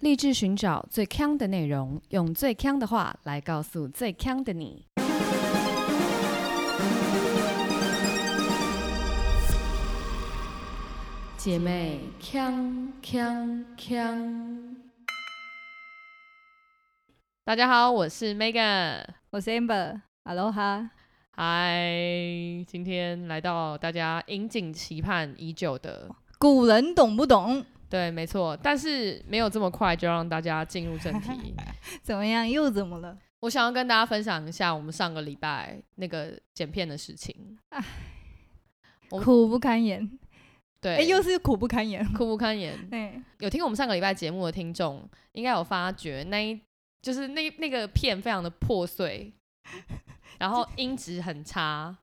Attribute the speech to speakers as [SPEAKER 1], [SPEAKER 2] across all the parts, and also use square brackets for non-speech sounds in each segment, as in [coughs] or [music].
[SPEAKER 1] 立志寻找最强的内容，用最强的话来告诉最强的你。姐妹，强强强！大家好，我是 Megan，
[SPEAKER 2] 我是 Amber，Aloha，
[SPEAKER 1] 嗨，今天来到大家引颈期盼已久的
[SPEAKER 2] 古人懂不懂？
[SPEAKER 1] 对，没错，但是没有这么快就让大家进入正
[SPEAKER 2] [laughs]
[SPEAKER 1] 题。
[SPEAKER 2] 怎么样？又怎么了？
[SPEAKER 1] 我想要跟大家分享一下我们上个礼拜那个剪片的事情。我
[SPEAKER 2] 苦不堪言，
[SPEAKER 1] 对，
[SPEAKER 2] 哎、又是苦不堪言。
[SPEAKER 1] 苦不堪言。
[SPEAKER 2] 哎，
[SPEAKER 1] 有听我们上个礼拜节目的听众，应该有发觉那一就是那那个片非常的破
[SPEAKER 2] [laughs]
[SPEAKER 1] 碎，然后音质很差，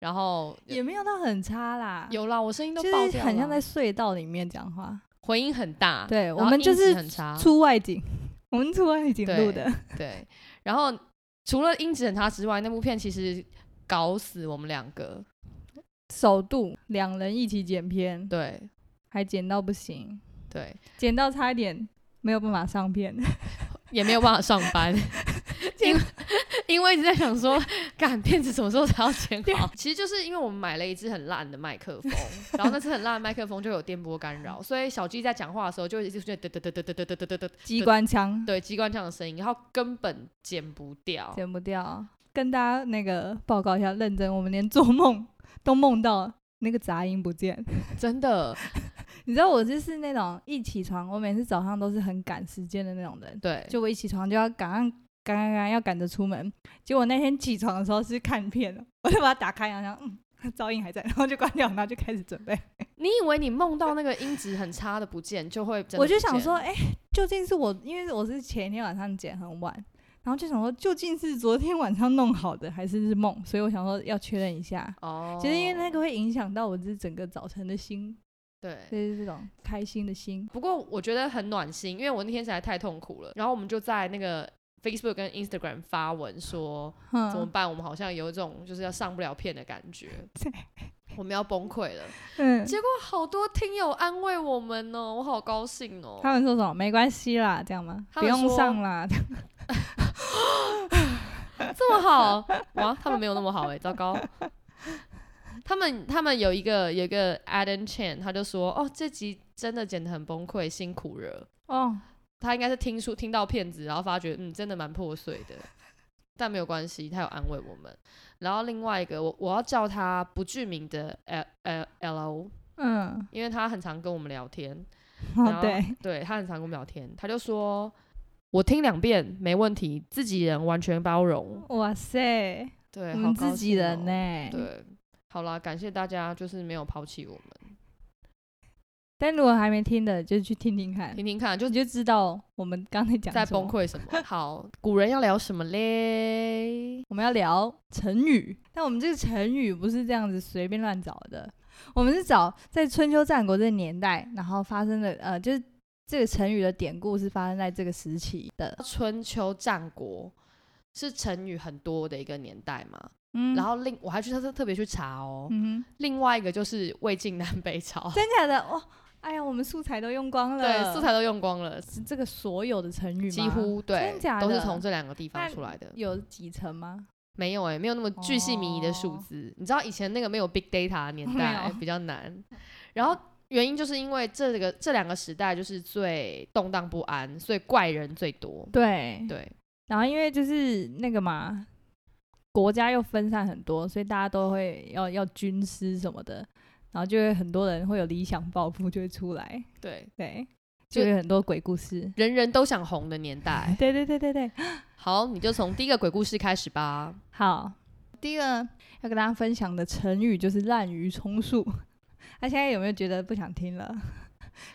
[SPEAKER 1] 然后
[SPEAKER 2] 也没有到很差啦，
[SPEAKER 1] 有啦，我声音都
[SPEAKER 2] 就
[SPEAKER 1] 爆
[SPEAKER 2] 是
[SPEAKER 1] 掉了，
[SPEAKER 2] 很像在隧道里面讲话。
[SPEAKER 1] 回音很大。
[SPEAKER 2] 对
[SPEAKER 1] 然
[SPEAKER 2] 我
[SPEAKER 1] 后
[SPEAKER 2] 们
[SPEAKER 1] 音
[SPEAKER 2] 就
[SPEAKER 1] 质
[SPEAKER 2] 是
[SPEAKER 1] 很差，
[SPEAKER 2] 出外景， [laughs] 我们出外景
[SPEAKER 1] 啊对
[SPEAKER 2] 录的，
[SPEAKER 1] 对，然后除了音质很差之外，那部片其实搞死我们两个。
[SPEAKER 2] 首度两人一起剪片，
[SPEAKER 1] 对
[SPEAKER 2] 还剪到不行，
[SPEAKER 1] 对，
[SPEAKER 2] 剪到差一点没有办法
[SPEAKER 1] [laughs]
[SPEAKER 2] 上片。
[SPEAKER 1] 也没有办法上
[SPEAKER 2] [laughs]
[SPEAKER 1] 班，因为因为一直在想说，干片子什么时候才要剪好？其实就是因为我们买了一支很烂的麦克
[SPEAKER 2] [laughs]
[SPEAKER 1] 风，然后那支很烂的麦克风就有电波干扰，所以小鸡在讲话的时候就一直出现得得得得得得得得得，
[SPEAKER 2] 机关枪
[SPEAKER 1] 对机关枪的声音，然后根本剪不掉。
[SPEAKER 2] 剪不掉。跟大家那个报告一下，认真，我们连做梦都梦到那个杂音不见。
[SPEAKER 1] 真的，
[SPEAKER 2] 你知道我就是那种一起床，我每次早上都是很赶时间的那种人，
[SPEAKER 1] 对，
[SPEAKER 2] 就我一起床就要赶上赶赶赶要赶着出门。结果那天起床的时候是看片了，我就把它打开，然后想嗯，噪音还在，然后就关掉，然后就开始准备。
[SPEAKER 1] 你以为你梦到那个音质很差的不见，就会真的
[SPEAKER 2] 我就
[SPEAKER 1] 不
[SPEAKER 2] 想
[SPEAKER 1] 见
[SPEAKER 2] 说，哎、究竟是我，因为我是前一天晚上剪很晚，然后就想说，究竟是昨天晚上弄好的还是是梦？所以我想说要确认一下。
[SPEAKER 1] 哦，
[SPEAKER 2] 其实因为那个会影响到我这整个早晨的心，
[SPEAKER 1] 对
[SPEAKER 2] 就是这种开心的心。
[SPEAKER 1] 不过我觉得很暖心，因为我那天实在太痛苦了。然后我们就在那个 Facebook 跟 Instagram 发文说
[SPEAKER 2] 嗯，
[SPEAKER 1] 怎么办，我们好像有一种就是要上不了片的感
[SPEAKER 2] [laughs]
[SPEAKER 1] 觉
[SPEAKER 2] 对，
[SPEAKER 1] 我们要崩溃了。
[SPEAKER 2] 嗯，
[SPEAKER 1] 结果好多听友安慰我们哦，我好高兴哦。
[SPEAKER 2] 他们说什么？没关系啦，这样吗？
[SPEAKER 1] 他
[SPEAKER 2] 不
[SPEAKER 1] 们说
[SPEAKER 2] 用上啦。
[SPEAKER 1] [laughs] 这么好哇？他们没有那么好哎、糟糕。他们他们有一个有一个 Adam Chan，他就说哦，这集真的剪得很崩溃，辛苦了。
[SPEAKER 2] 哦，
[SPEAKER 1] 他应该是听说听到骗子，然后发觉嗯，真的蛮破碎的，但没有关系，他有安慰我们。然后另外一个，我我要叫他不具名的 L L L O，
[SPEAKER 2] [laughs] 嗯，
[SPEAKER 1] 因为他很常跟我们聊天，然
[SPEAKER 2] 哦
[SPEAKER 1] 后
[SPEAKER 2] 对，
[SPEAKER 1] 对他很常跟我们聊天，他就说我听两遍没问题，自己人完全包容，
[SPEAKER 2] 哇塞，
[SPEAKER 1] 对，
[SPEAKER 2] 我
[SPEAKER 1] 好
[SPEAKER 2] 们
[SPEAKER 1] 高
[SPEAKER 2] 自己
[SPEAKER 1] 兴
[SPEAKER 2] 人
[SPEAKER 1] 哦
[SPEAKER 2] 呢、
[SPEAKER 1] 对，好啦，感谢大家就是没有抛弃我们，
[SPEAKER 2] 但如果还没听的，就去听听看，
[SPEAKER 1] 听听看，就
[SPEAKER 2] 你就知道我们刚才嗯讲
[SPEAKER 1] 在
[SPEAKER 2] 什么
[SPEAKER 1] 崩。溃什
[SPEAKER 2] [laughs]
[SPEAKER 1] 么。好，古人要聊什么嘞？
[SPEAKER 2] 我们要聊成语，但我们这个成语不是这样子随便乱找的，我们是找在春秋战国这个年代，然后发生的呃，就是这个成语的典故是发生在这个时期的。
[SPEAKER 1] 春秋战国是成语很多的一个年代嘛。
[SPEAKER 2] 嗯
[SPEAKER 1] 然后另我还去特特别去查哦，
[SPEAKER 2] 嗯哼，
[SPEAKER 1] 另外一个就是魏晋南北朝，
[SPEAKER 2] 真假的哦，哎呀，我们素材都用光了，
[SPEAKER 1] 对，素材都用光了，
[SPEAKER 2] 这个所有的成语吗
[SPEAKER 1] 几乎对
[SPEAKER 2] 真假，的
[SPEAKER 1] 都是从这两个地方
[SPEAKER 2] 那
[SPEAKER 1] 出来的。
[SPEAKER 2] 有几成吗？
[SPEAKER 1] 没有哎、没有那么巨细靡遗的数
[SPEAKER 2] 哦
[SPEAKER 1] 字。你知道以前那个没有 big data
[SPEAKER 2] [laughs]
[SPEAKER 1] 的年
[SPEAKER 2] 没
[SPEAKER 1] 代
[SPEAKER 2] 有
[SPEAKER 1] 比较难，然后原因就是因为这个这两个时代就是最动荡不安，所以怪人最多。
[SPEAKER 2] 对，
[SPEAKER 1] 对
[SPEAKER 2] 然后因为就是那个嘛，国家又分散很多，所以大家都会要要军师什么的，然后就会很多人会有理想抱负就会出来，
[SPEAKER 1] 对，
[SPEAKER 2] [laughs] 对，
[SPEAKER 1] 就
[SPEAKER 2] 就会有很多鬼故事。 [laughs]
[SPEAKER 1] 人人都想红的年代。
[SPEAKER 2] 对对对对对，
[SPEAKER 1] 好，你就从第一个鬼故事开始吧。
[SPEAKER 2] 好，第一个要跟大家分享的成语就是滥竽充数。 [laughs] 那、现在有没有觉得不想听了？ [laughs]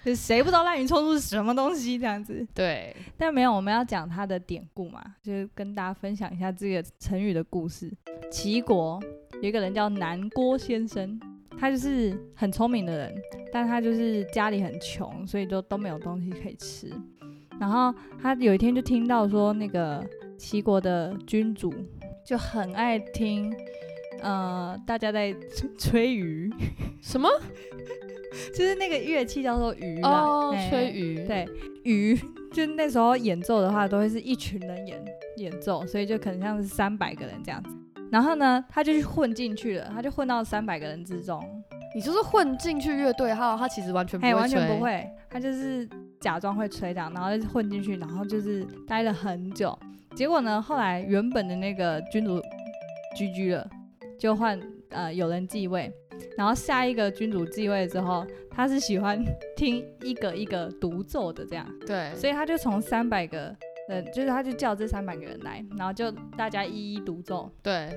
[SPEAKER 2] 就是谁不知道滥竽充数是什么东西这样子？
[SPEAKER 1] 对，
[SPEAKER 2] 但没有，我们要讲它的典故嘛，就是跟大家分享一下这个成语的故事。齐国有一个人叫南郭先生，他就是很聪明的人，但他就是家里很穷，所以就都没有东西可以吃。然后他有一天就听到说，那个齐国的君主就很爱 [laughs] 听，呃，大家在吹吹竽，
[SPEAKER 1] 什么？
[SPEAKER 2] [laughs] 就是那个乐器叫做鱼啦
[SPEAKER 1] 哦，
[SPEAKER 2] 哎
[SPEAKER 1] 吹鱼，，
[SPEAKER 2] 对，鱼就那时候演奏的话，都会是一群人演演奏，所以就可能像是三百个人这样子。然后呢，他就去混进去了，他就混到三百个人之中，
[SPEAKER 1] 你就是混进去乐队号，他其实完全不
[SPEAKER 2] 哎，
[SPEAKER 1] 会
[SPEAKER 2] 完全
[SPEAKER 1] 吹
[SPEAKER 2] 不会，他就是假装会吹这样，然后就混进去，然后就是待了很久。结果呢，后来原本的那个君主居居了，就换呃有人继位，然后下一个君主继位之后，他是喜欢 [laughs] 听一个一个独奏的这样。
[SPEAKER 1] 对，
[SPEAKER 2] 所以他就从三百个人，就是他就叫这三百个人来，然后就大家一一独奏，
[SPEAKER 1] 对，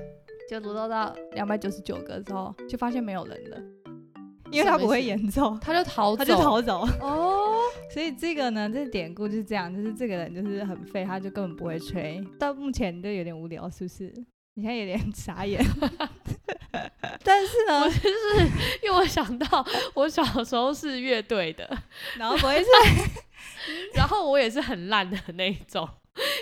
[SPEAKER 2] 就独奏到两百九十九个之后，就发现没有人了，因为他不
[SPEAKER 1] 什么
[SPEAKER 2] 会
[SPEAKER 1] 意
[SPEAKER 2] 演奏，
[SPEAKER 1] 他就逃走，
[SPEAKER 2] 他就逃走。
[SPEAKER 1] 哦，
[SPEAKER 2] [laughs] 所以这个呢，这典故就是这样，就是这个人就是很废，他就根本不会吹。到目前就有点无聊，是不是？你现在有点 [laughs]
[SPEAKER 1] [laughs]
[SPEAKER 2] 傻眼，但是呢
[SPEAKER 1] 我，就是因为我想到我小时候是乐队的，
[SPEAKER 2] 然后不会吹，
[SPEAKER 1] 然后我也是很烂的那一种。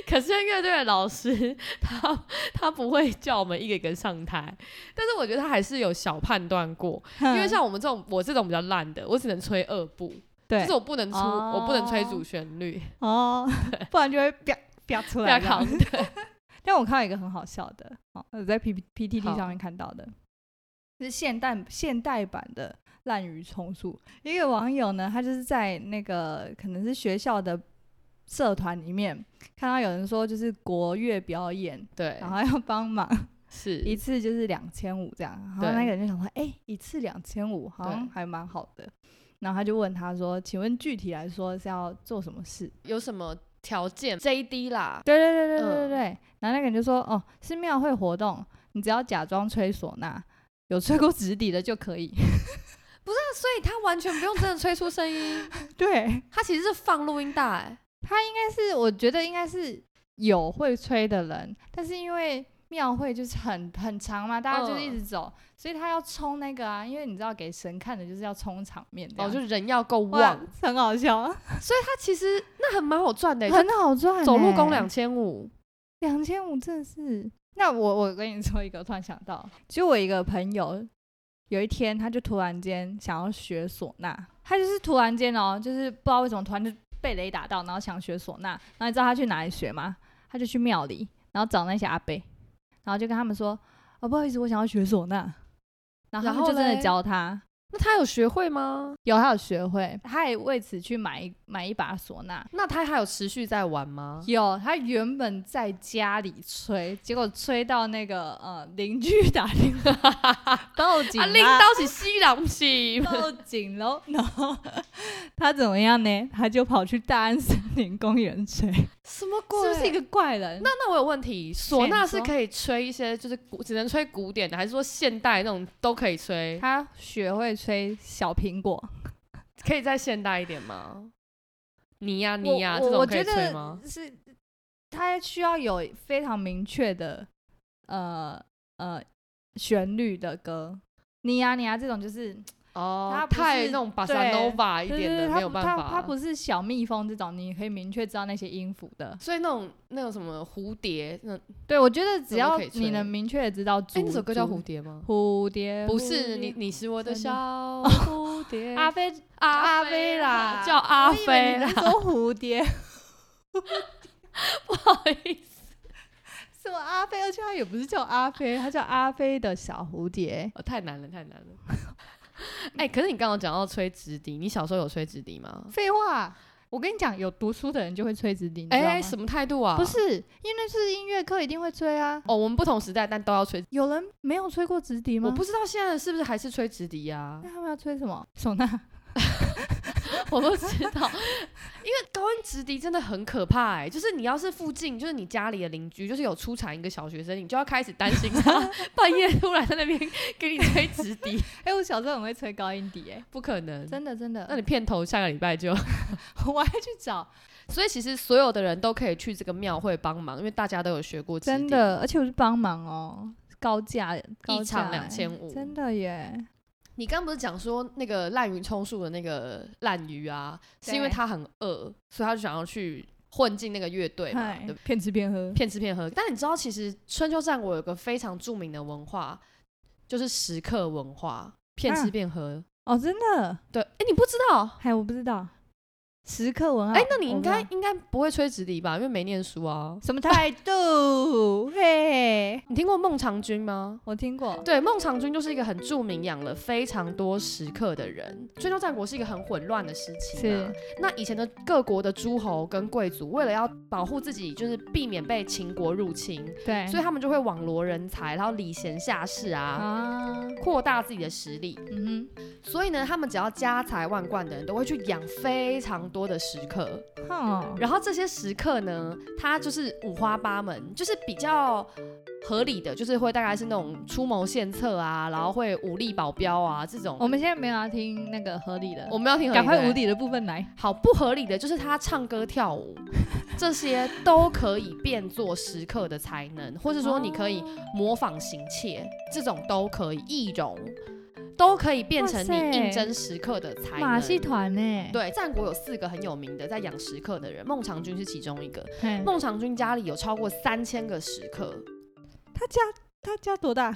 [SPEAKER 1] 可是乐队的老师他他不会叫我们一个一个上台，但是我觉得他还是有小判断过， [laughs]
[SPEAKER 2] 嗯
[SPEAKER 1] 因为像我们这种我这种比较烂的，我只能吹二部，
[SPEAKER 2] 对
[SPEAKER 1] 就是我不能出、
[SPEAKER 2] 哦
[SPEAKER 1] 我不能吹主旋律， [laughs]
[SPEAKER 2] 哦，不然就会飙飙出
[SPEAKER 1] 不
[SPEAKER 2] 来
[SPEAKER 1] 要
[SPEAKER 2] 这样。
[SPEAKER 1] 扛的。
[SPEAKER 2] 但我看到一个很好笑的，哦，我在 P P T T
[SPEAKER 1] 好
[SPEAKER 2] 上面看到的，是现代现代版的滥竽充数。一个网友呢，他就是在那个可能是学校的社团里面看到有人说，就是国乐表演，
[SPEAKER 1] 对，
[SPEAKER 2] 然后要
[SPEAKER 1] [laughs]
[SPEAKER 2] 帮忙，一
[SPEAKER 1] 是，
[SPEAKER 2] 次就是两千五这样。然后
[SPEAKER 1] 对
[SPEAKER 2] 那个人就想说，哎、一次两千五，好像
[SPEAKER 1] 对
[SPEAKER 2] 还蛮好的。然后他就问他说：“请问具体来说是要做什么事？”
[SPEAKER 1] 有什么条件？JD 啦，
[SPEAKER 2] 对对对对对
[SPEAKER 1] 嗯
[SPEAKER 2] 对。然后那个人就说：“哦，是庙会活动，你只要假装吹唢呐，有吹过直笛的就可以。 [laughs]
[SPEAKER 1] 那所以他完全不用真的吹出声音，”
[SPEAKER 2] 对，
[SPEAKER 1] 他其实是放录音带、欸，
[SPEAKER 2] 但是我觉得应该是有会吹的人，但是因为庙会就是很很长嘛，大家就是一直走，所以他要冲那个啊，因为你知道给神看的就是要冲场面这
[SPEAKER 1] 哦，
[SPEAKER 2] 样
[SPEAKER 1] 就
[SPEAKER 2] 子。
[SPEAKER 1] 是人要够
[SPEAKER 2] 哇
[SPEAKER 1] 旺，，
[SPEAKER 2] 很好笑，啊
[SPEAKER 1] 所以他其实那很蛮好赚的欸、
[SPEAKER 2] 很好赚欸、
[SPEAKER 1] 走路工两千五，
[SPEAKER 2] 两千五真的是。那我我跟你说一个，我突然想到，其实我一个朋友有一天，他就突然间想要学唢呐，他就是突然间哦，就是不知道为什么突然就被雷打到，然后想学唢呐。然后你知道他去哪里学吗？他就去庙里，然后找那些阿伯，然后就跟他们说：“哦，不好意思，我想要学唢呐。”然后他
[SPEAKER 1] 然
[SPEAKER 2] 们
[SPEAKER 1] 后
[SPEAKER 2] 就真
[SPEAKER 1] 嘞
[SPEAKER 2] 的教他，
[SPEAKER 1] 那他有学会吗？
[SPEAKER 2] 有他有学会，他也为此去买一买一把唢呐，
[SPEAKER 1] 那他还有持续在玩吗？
[SPEAKER 2] 有，他原本在家里吹，结果吹到那个呃邻居打电话 [laughs] 报警
[SPEAKER 1] 啊，拎
[SPEAKER 2] 啦，
[SPEAKER 1] 到是西凉西
[SPEAKER 2] 报警喽， [laughs] 然后他怎么样呢？他就跑去大安森林公园吹，是
[SPEAKER 1] [laughs] 什么鬼？
[SPEAKER 2] 不是一个怪人？
[SPEAKER 1] 那那我有问题，唢呐
[SPEAKER 2] 你
[SPEAKER 1] 是
[SPEAKER 2] 说
[SPEAKER 1] 可以吹一些，就是古只能吹古典的，还是说现代那种都可以吹？
[SPEAKER 2] 他学会吹小苹果，
[SPEAKER 1] 可以再现代一点吗？你呀、
[SPEAKER 2] 我
[SPEAKER 1] 你呀、
[SPEAKER 2] 我
[SPEAKER 1] 这种
[SPEAKER 2] 我
[SPEAKER 1] 可
[SPEAKER 2] 觉
[SPEAKER 1] 以吹吗
[SPEAKER 2] 得？是他需要有非常明确的呃呃旋律的歌，你呀、你呀、这种就是。
[SPEAKER 1] 哦
[SPEAKER 2] 它，不
[SPEAKER 1] 太
[SPEAKER 2] 是
[SPEAKER 1] 那种巴萨
[SPEAKER 2] 对
[SPEAKER 1] nova 一
[SPEAKER 2] 对
[SPEAKER 1] 点
[SPEAKER 2] 对
[SPEAKER 1] 的
[SPEAKER 2] 对
[SPEAKER 1] 没有
[SPEAKER 2] 它不
[SPEAKER 1] 办
[SPEAKER 2] 它它
[SPEAKER 1] 法。
[SPEAKER 2] 不是小蜜蜂这种，你可以明确知道那些音符的。
[SPEAKER 1] 所以那种那种什么蝴蝶，那哎、
[SPEAKER 2] 对，我觉得
[SPEAKER 1] 什
[SPEAKER 2] 只
[SPEAKER 1] 么都
[SPEAKER 2] 要
[SPEAKER 1] 可以吹
[SPEAKER 2] 你能明确地知道主，
[SPEAKER 1] 那首歌叫
[SPEAKER 2] 主
[SPEAKER 1] 蝴蝶吗？
[SPEAKER 2] 蝴蝶，
[SPEAKER 1] 不
[SPEAKER 2] 蝴
[SPEAKER 1] 是
[SPEAKER 2] 蝶
[SPEAKER 1] 你，你是我的
[SPEAKER 2] 真的
[SPEAKER 1] 小蝴蝶。
[SPEAKER 2] 阿飞
[SPEAKER 1] 阿
[SPEAKER 2] 阿
[SPEAKER 1] 飞
[SPEAKER 2] 飞
[SPEAKER 1] 啦，
[SPEAKER 2] 啦
[SPEAKER 1] [laughs] 叫阿飞啦
[SPEAKER 2] 啦，我以为你，在说蝴蝶 [laughs]
[SPEAKER 1] 不好意思。
[SPEAKER 2] 什么阿飞，而且他也不是叫阿飞，他叫阿飞的小蝴蝶。
[SPEAKER 1] 哦，太难了，太难了。 [laughs] 哎、可是你刚刚讲到吹直笛，你小时候有吹直笛吗？
[SPEAKER 2] 废话，我跟你讲，有读书的人就会吹直笛，你知道吗
[SPEAKER 1] 哎、什么态度啊？
[SPEAKER 2] 不是，因为那是音乐课一定会吹啊。
[SPEAKER 1] 哦，我们不同时代，但都要吹。
[SPEAKER 2] 有人没有吹过直笛吗？
[SPEAKER 1] 我不知道现在是不是还是吹直笛 [laughs] 呀、
[SPEAKER 2] 那他们要吹什么？唢呐。
[SPEAKER 1] 我不知道，因为高音直笛真的很可怕哎、就是你要是附近，就是你家里的邻居，就是有出产一个小学生，你就要开始担心 [laughs] 他半夜突然在那边给你吹直笛，
[SPEAKER 2] 哎、我小时候很会吹高音笛、哎，
[SPEAKER 1] 不可 [laughs] 能。
[SPEAKER 2] 真的真的。
[SPEAKER 1] 那你片头下个礼拜就
[SPEAKER 2] [laughs]
[SPEAKER 1] [laughs]
[SPEAKER 2] 我还去找，
[SPEAKER 1] 所以其实所有的人都可以去这个庙会帮忙，因为大家都有学过指笛
[SPEAKER 2] 真的，而且我是帮忙哦，高价，高
[SPEAKER 1] 一场
[SPEAKER 2] 价
[SPEAKER 1] 两
[SPEAKER 2] 欸
[SPEAKER 1] 千五。
[SPEAKER 2] 真的耶，
[SPEAKER 1] 你刚不是讲说那个滥竽充数的那个滥竽啊，是因为
[SPEAKER 2] 对
[SPEAKER 1] 他很饿，所以他就想要去混进那个乐队嘛，
[SPEAKER 2] 嗨
[SPEAKER 1] 对不对
[SPEAKER 2] 骗吃骗喝，
[SPEAKER 1] 骗吃骗喝。但你知道，其实春秋战国有个非常著名的文化，就是食客文化，骗吃
[SPEAKER 2] 啊
[SPEAKER 1] 骗喝。
[SPEAKER 2] 哦，真的？
[SPEAKER 1] 对，哎、你不知道？
[SPEAKER 2] 嗨，我不知道。时刻文浩，
[SPEAKER 1] 哎、那你
[SPEAKER 2] 嗯我
[SPEAKER 1] 应
[SPEAKER 2] 不知
[SPEAKER 1] 该
[SPEAKER 2] 道
[SPEAKER 1] 应该不会吹直笛吧？因为没念书啊。
[SPEAKER 2] 什么态度？嘿，
[SPEAKER 1] 你听过孟尝君吗？
[SPEAKER 2] 我听过。
[SPEAKER 1] 对，孟尝君就是一个很著名、养了非常多食客的人。春秋战国是一个很混乱的时期嘛。那以前的各国的诸侯跟贵族，为了要保护自己，就是避免被秦国入侵，
[SPEAKER 2] 对，
[SPEAKER 1] 所以他们就会网罗人才，然后礼贤下士啊，
[SPEAKER 2] 啊，
[SPEAKER 1] 扩大自己的实力。
[SPEAKER 2] 嗯
[SPEAKER 1] 所以呢，他们只要家财万贯的人，都会去养非常多的食客。
[SPEAKER 2] 哼，哼，
[SPEAKER 1] 然后这些食客呢，他就是五花八门，就是比较合理的，就是会大概是那种出谋献策啊，然后会武力保镖啊这种。
[SPEAKER 2] 我们现在没有要听那个合理的，
[SPEAKER 1] 我们要听合理
[SPEAKER 2] 哦赶
[SPEAKER 1] 的
[SPEAKER 2] 快
[SPEAKER 1] 欸
[SPEAKER 2] 无敌的部分来。
[SPEAKER 1] 好不合理的就是他唱歌跳
[SPEAKER 2] [laughs]
[SPEAKER 1] 舞，这些都可以变作食客的才能，或是说你可以
[SPEAKER 2] 哦
[SPEAKER 1] 模仿行窃，这种都可以易容，都可以变成
[SPEAKER 2] 哇
[SPEAKER 1] 你
[SPEAKER 2] 塞
[SPEAKER 1] 应征食客的才能。
[SPEAKER 2] 马戏团呢？
[SPEAKER 1] 对，战国有四个很有名的在养食客的人，孟尝君是其中一个。
[SPEAKER 2] 嘿，
[SPEAKER 1] 孟尝君家里有超过三千个食客。
[SPEAKER 2] 他家他家多
[SPEAKER 1] [laughs]
[SPEAKER 2] 大？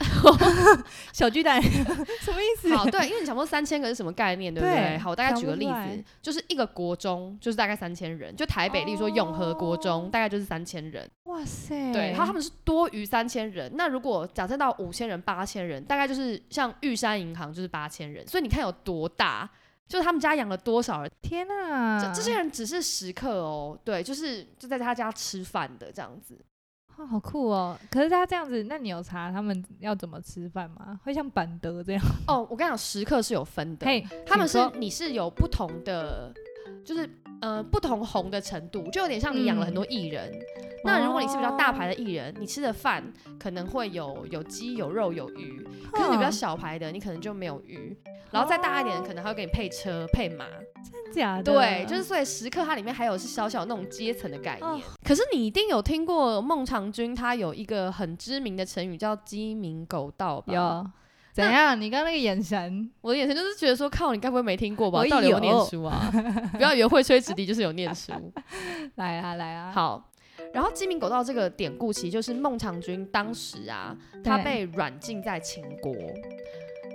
[SPEAKER 2] 小巨蛋， [laughs] 什么意思？
[SPEAKER 1] 好，对，因为你想说三千个是什么概念，对不对？
[SPEAKER 2] 对
[SPEAKER 1] 好，我大概
[SPEAKER 2] 想
[SPEAKER 1] 举个
[SPEAKER 2] 不
[SPEAKER 1] 例
[SPEAKER 2] 出来
[SPEAKER 1] 子，就是一个国中，就是大概三千人，就台北，例如说永和国中，
[SPEAKER 2] 哦
[SPEAKER 1] 大概就是三千人。
[SPEAKER 2] 哇塞，
[SPEAKER 1] 对，然后他们是多于三千人。那如果假设到五千人、八千人，大概就是像玉山银行就是八千人，所以你看有多大，就是他们家养了多少人。
[SPEAKER 2] 天啊哪，
[SPEAKER 1] 这这些人只是食客哦，对，就是就在他家吃饭的这样子。
[SPEAKER 2] 哦好酷哦！可是他这样子，那你有查他们要怎么吃饭吗？会像板德这样？
[SPEAKER 1] 哦，我跟你讲，食客是有分的，
[SPEAKER 2] 嘿，
[SPEAKER 1] 他们是
[SPEAKER 2] 请说
[SPEAKER 1] 你是有不同的，就是呃不同红的程度，就有点像你养了很多艺人。那如果你是比较大牌的艺人，你吃的饭可能会有有鸡、有肉、有鱼；可是你比较
[SPEAKER 2] 哼
[SPEAKER 1] 小牌的，你可能就没有鱼。然后再大一点，可能还会给你配车、配马。
[SPEAKER 2] 哦
[SPEAKER 1] 啊
[SPEAKER 2] 假的，
[SPEAKER 1] 对，就是所以食客它里面还有是小小那种阶层的概念。
[SPEAKER 2] 哦
[SPEAKER 1] 可是你一定有听过孟尝君，他有一个很知名的成语叫“鸡鸣狗盗”吧？
[SPEAKER 2] 有怎样？你刚刚那个眼神，
[SPEAKER 1] 我的眼神就是觉得说，靠，你该不会没听过吧
[SPEAKER 2] 我？
[SPEAKER 1] 到底有没有
[SPEAKER 2] 有
[SPEAKER 1] 念书
[SPEAKER 2] [laughs]
[SPEAKER 1] 啊？不要以为会吹直笛就是有念书。 [laughs]
[SPEAKER 2] 来啊来啊！，
[SPEAKER 1] 好，然后鸡鸣狗盗这个典故，其实就是孟尝君当时啊，他
[SPEAKER 2] 对
[SPEAKER 1] 被软禁在秦国，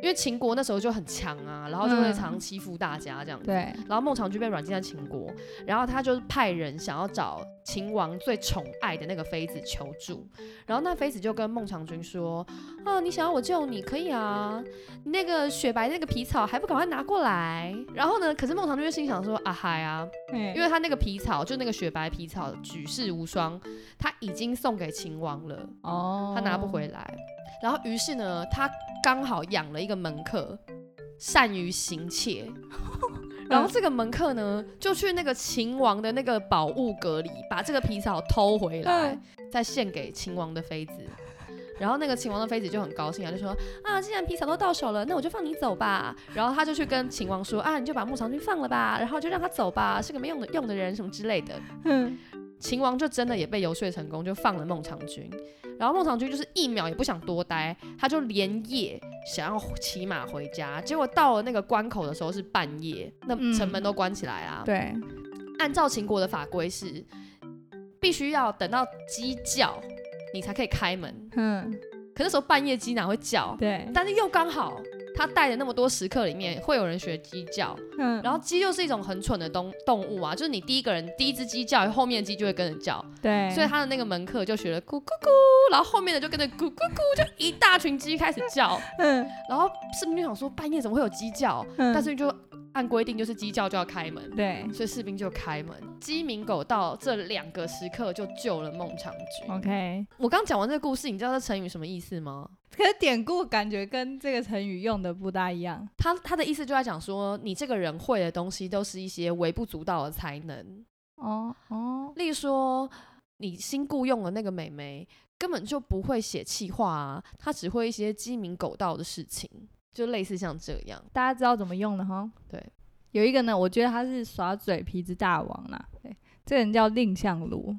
[SPEAKER 1] 因为秦国那时候就很强啊，然后就会
[SPEAKER 2] 嗯
[SPEAKER 1] 常欺负大家这样子。
[SPEAKER 2] 对，
[SPEAKER 1] 然后孟尝君被软禁在秦国，然后他就派人想要找秦王最宠爱的那个妃子求助，然后那妃子就跟孟尝君说：“啊，你想要我救你，可以啊，你那个雪白那个皮草还不赶快拿过来？”然后呢，可是孟尝君就心想说：“啊嗨啊，因
[SPEAKER 2] 因
[SPEAKER 1] 为他那个皮草就那个雪白皮草举世无双，他已经送给秦王了，
[SPEAKER 2] 哦，
[SPEAKER 1] 他拿不回来。然后于是呢，他刚好养了一个门客，善于行窃。
[SPEAKER 2] 嗯
[SPEAKER 1] 然后这个门客呢，就去那个秦王的那个宝物阁里，把这个皮草偷回来
[SPEAKER 2] 嗯，
[SPEAKER 1] 再献给秦王的妃子。然后那个秦王的妃子就很高兴啊，就说啊，既然皮草都到手了，那我就放你走吧。然后他就去跟秦王说啊，你就把孟尝君放了吧，然后就让他走吧，是个没用的用的人什么之类的。
[SPEAKER 2] 嗯，
[SPEAKER 1] 秦王就真的也被游说成功，就放了孟尝君。然后孟尝君就是一秒也不想多待，他就连夜想要骑马回家。结果到了那个关口的时候是半夜，那
[SPEAKER 2] 嗯
[SPEAKER 1] 城门都关起来啊。
[SPEAKER 2] 对，
[SPEAKER 1] 按照秦国的法规是，必须要等到鸡叫你才可以开门。
[SPEAKER 2] 嗯，
[SPEAKER 1] 可那时候半夜鸡哪会叫？
[SPEAKER 2] 对，
[SPEAKER 1] 但是又刚好他带的那么多食客里面会有人学鸡叫，
[SPEAKER 2] 嗯，
[SPEAKER 1] 然后鸡又是一种很蠢的动动物啊，就是你第一个人第一只鸡叫，后面的鸡就会跟着叫。
[SPEAKER 2] 对，
[SPEAKER 1] 所以他的那个门客就学了咕咕咕，然后后面的就跟着咕咕咕，就一大群鸡开始叫，
[SPEAKER 2] 嗯
[SPEAKER 1] 然后士兵就想说半夜怎么会有鸡叫，
[SPEAKER 2] 嗯，
[SPEAKER 1] 但是就按规定就是鸡叫就要开门，
[SPEAKER 2] 对
[SPEAKER 1] 所以士兵就开门。鸡鸣狗盗这两个时刻就救了孟尝
[SPEAKER 2] 哦
[SPEAKER 1] 君。
[SPEAKER 2] ，OK。
[SPEAKER 1] 我刚讲完这个故事，你知道这成语什么意思吗？
[SPEAKER 2] 可是典故感觉跟这个成语用的不大一样，
[SPEAKER 1] 他他的意思就在讲说，你这个人会的东西都是一些微不足道的才能，
[SPEAKER 2] 哦哦，
[SPEAKER 1] 例如说，你新雇佣的那个美眉根本就不会写气话啊，她只会一些鸡鸣狗盗的事情，就类似像这样。
[SPEAKER 2] 大家知道怎么用了哈？
[SPEAKER 1] 对，
[SPEAKER 2] 有一个呢，我觉得他是耍嘴皮子大王啦。对，这个人叫蔺相如，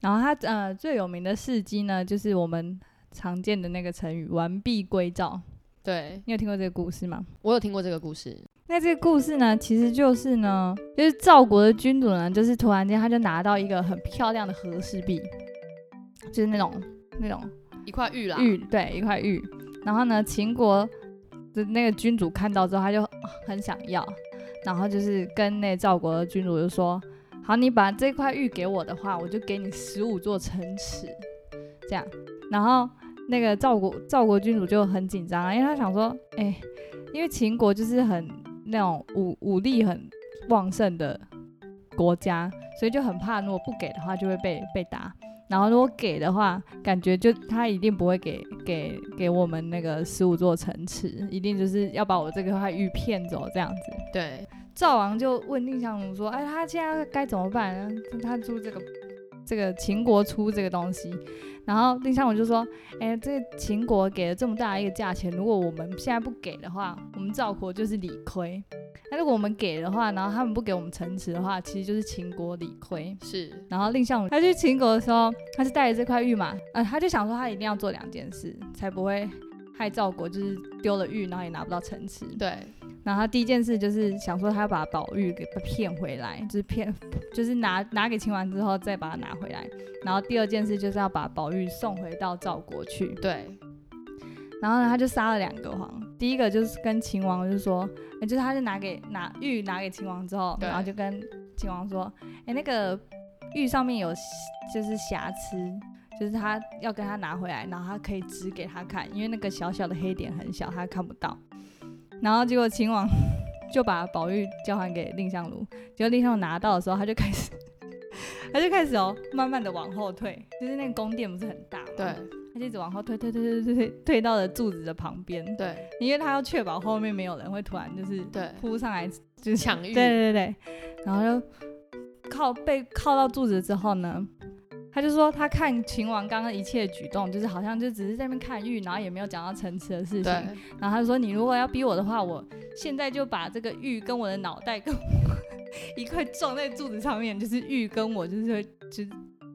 [SPEAKER 2] 然后他呃最有名的事迹呢，就是我们常见的那个成语“完璧归赵”。
[SPEAKER 1] 对
[SPEAKER 2] 你有听过这个故事吗？
[SPEAKER 1] 我有听过这个故事，
[SPEAKER 2] 那这个故事呢，其实就是呢，就是赵国的君主呢，就是突然间他就拿到一个很漂亮的和氏璧，就是那种那种
[SPEAKER 1] 一块玉啦，
[SPEAKER 2] 玉，对，一块玉。然后呢，秦国的那个君主看到之后，他就啊很想要，然后就是跟那赵国的君主就说：“好，你把这块玉给我的话，我就给你十五座城池。”这样，然后那个赵国赵国君主就很紧张啊，因为他想说：“哎、因为秦国就是很那种武武力很旺盛的国家，所以就很怕，如果不给的话就会被被打。然后如果给的话，感觉就他一定不会给给给我们那个十五座城池，一定就是要把我这块玉骗走这样子。
[SPEAKER 1] 对，
[SPEAKER 2] 赵王就问蔺相如说：“哎，他现在该怎么办？他出这个这个秦国出这个东西。”然后蔺相如就说：“哎，这个秦国给了这么大的一个价钱，如果我们现在不给的话，我们赵国就是理亏；那如果我们给的话，然后他们不给我们城池的话，其实就是秦国理亏。”
[SPEAKER 1] 是
[SPEAKER 2] 然后蔺相如他去秦国的时候，他是带着这块玉嘛，呃，他就想说他一定要做两件事，才不会害赵国就是丢了玉，然后也拿不到城池。
[SPEAKER 1] 对，
[SPEAKER 2] 然后他第一件事就是想说他要把宝玉给骗回来，就是骗，就是拿拿给秦完之后再把它拿回来。然后第二件事就是要把宝玉送回到赵国去。
[SPEAKER 1] 对，
[SPEAKER 2] 然后呢，他就杀了两个皇，第一个就是跟秦王就说，诶就是他就拿给拿玉拿给秦王之后，
[SPEAKER 1] 对
[SPEAKER 2] 然后就跟秦王说，哎、那个玉上面有就是瑕疵。就是他要跟他拿回来，然后他可以指给他看，因为那个小小的黑点很小，他看不到。然后结果秦王 [laughs] 就把宝玉交还给蔺相如，结果蔺相如拿到的时候，他就开始， [laughs] 他就开始哦，慢慢的往后退，就是那个宫殿不是很大嘛，
[SPEAKER 1] 对，
[SPEAKER 2] 他就一直往后退，退，退，退，退，退，退到了柱子的旁边，
[SPEAKER 1] 对，
[SPEAKER 2] 因为他要确保后面没有人会突然就是
[SPEAKER 1] 对，
[SPEAKER 2] 扑上来，就是
[SPEAKER 1] 抢玉
[SPEAKER 2] 对，对对对，然后就靠被靠到柱子之后呢，他就说他看秦王刚刚一切举动，就是好像就只是在那边看玉，然后也没有讲到城池的事情。
[SPEAKER 1] 对，
[SPEAKER 2] 然后他就说：“你如果要逼我的话，我现在就把这个玉跟我的脑袋跟我 [laughs] 一块撞在柱子上面，就是玉跟我就是会就是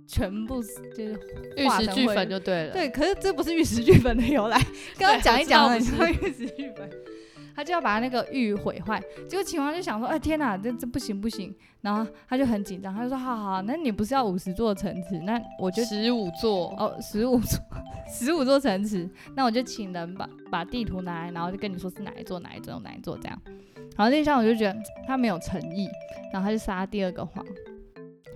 [SPEAKER 2] 全部就是
[SPEAKER 1] 玉
[SPEAKER 2] 化
[SPEAKER 1] 石
[SPEAKER 2] 成
[SPEAKER 1] 俱
[SPEAKER 2] 灰
[SPEAKER 1] 焚就对了，
[SPEAKER 2] 对，可是这不是玉石俱焚的由
[SPEAKER 1] [laughs]
[SPEAKER 2] 来。刚刚讲一讲
[SPEAKER 1] 我
[SPEAKER 2] 了，你
[SPEAKER 1] 知
[SPEAKER 2] 知
[SPEAKER 1] 道
[SPEAKER 2] 道玉石俱焚，他就要把那个玉毁坏。结果秦王就想说：“哎，天哪，这这不行不行！”然后他就很紧张，他就说：“好好，好那你不是要五十座城池？那我就
[SPEAKER 1] 十五座，
[SPEAKER 2] 哦十五座 [laughs] 十五座城池，那我就请人把把地图拿来，然后就跟你说是哪一座哪一座哪一座这样。”然后那上我就觉得他没有诚意，然后他就杀第二个皇，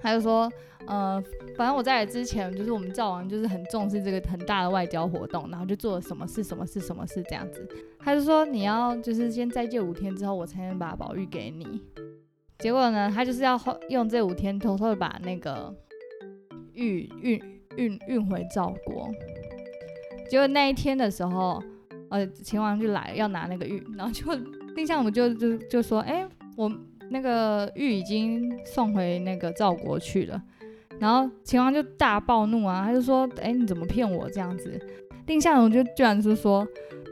[SPEAKER 2] 他就说，呃，反正我在来之前，就是我们赵王就是很重视这个很大的外交活动，然后就做了什么事什么事什么事这样子。他就说你要就是先斋戒五天之后，我才能把宝玉给你。结果呢，他就是要花用这五天偷偷的把那个玉运运运回赵国。结果那一天的时候，呃，秦王就来要拿那个玉，然后就蔺相如就就就说，哎、我那个玉已经送回那个赵国去了。然后秦王就大暴怒啊，他就说：“哎，你怎么骗我这样子？”蔺相如就居然是说：“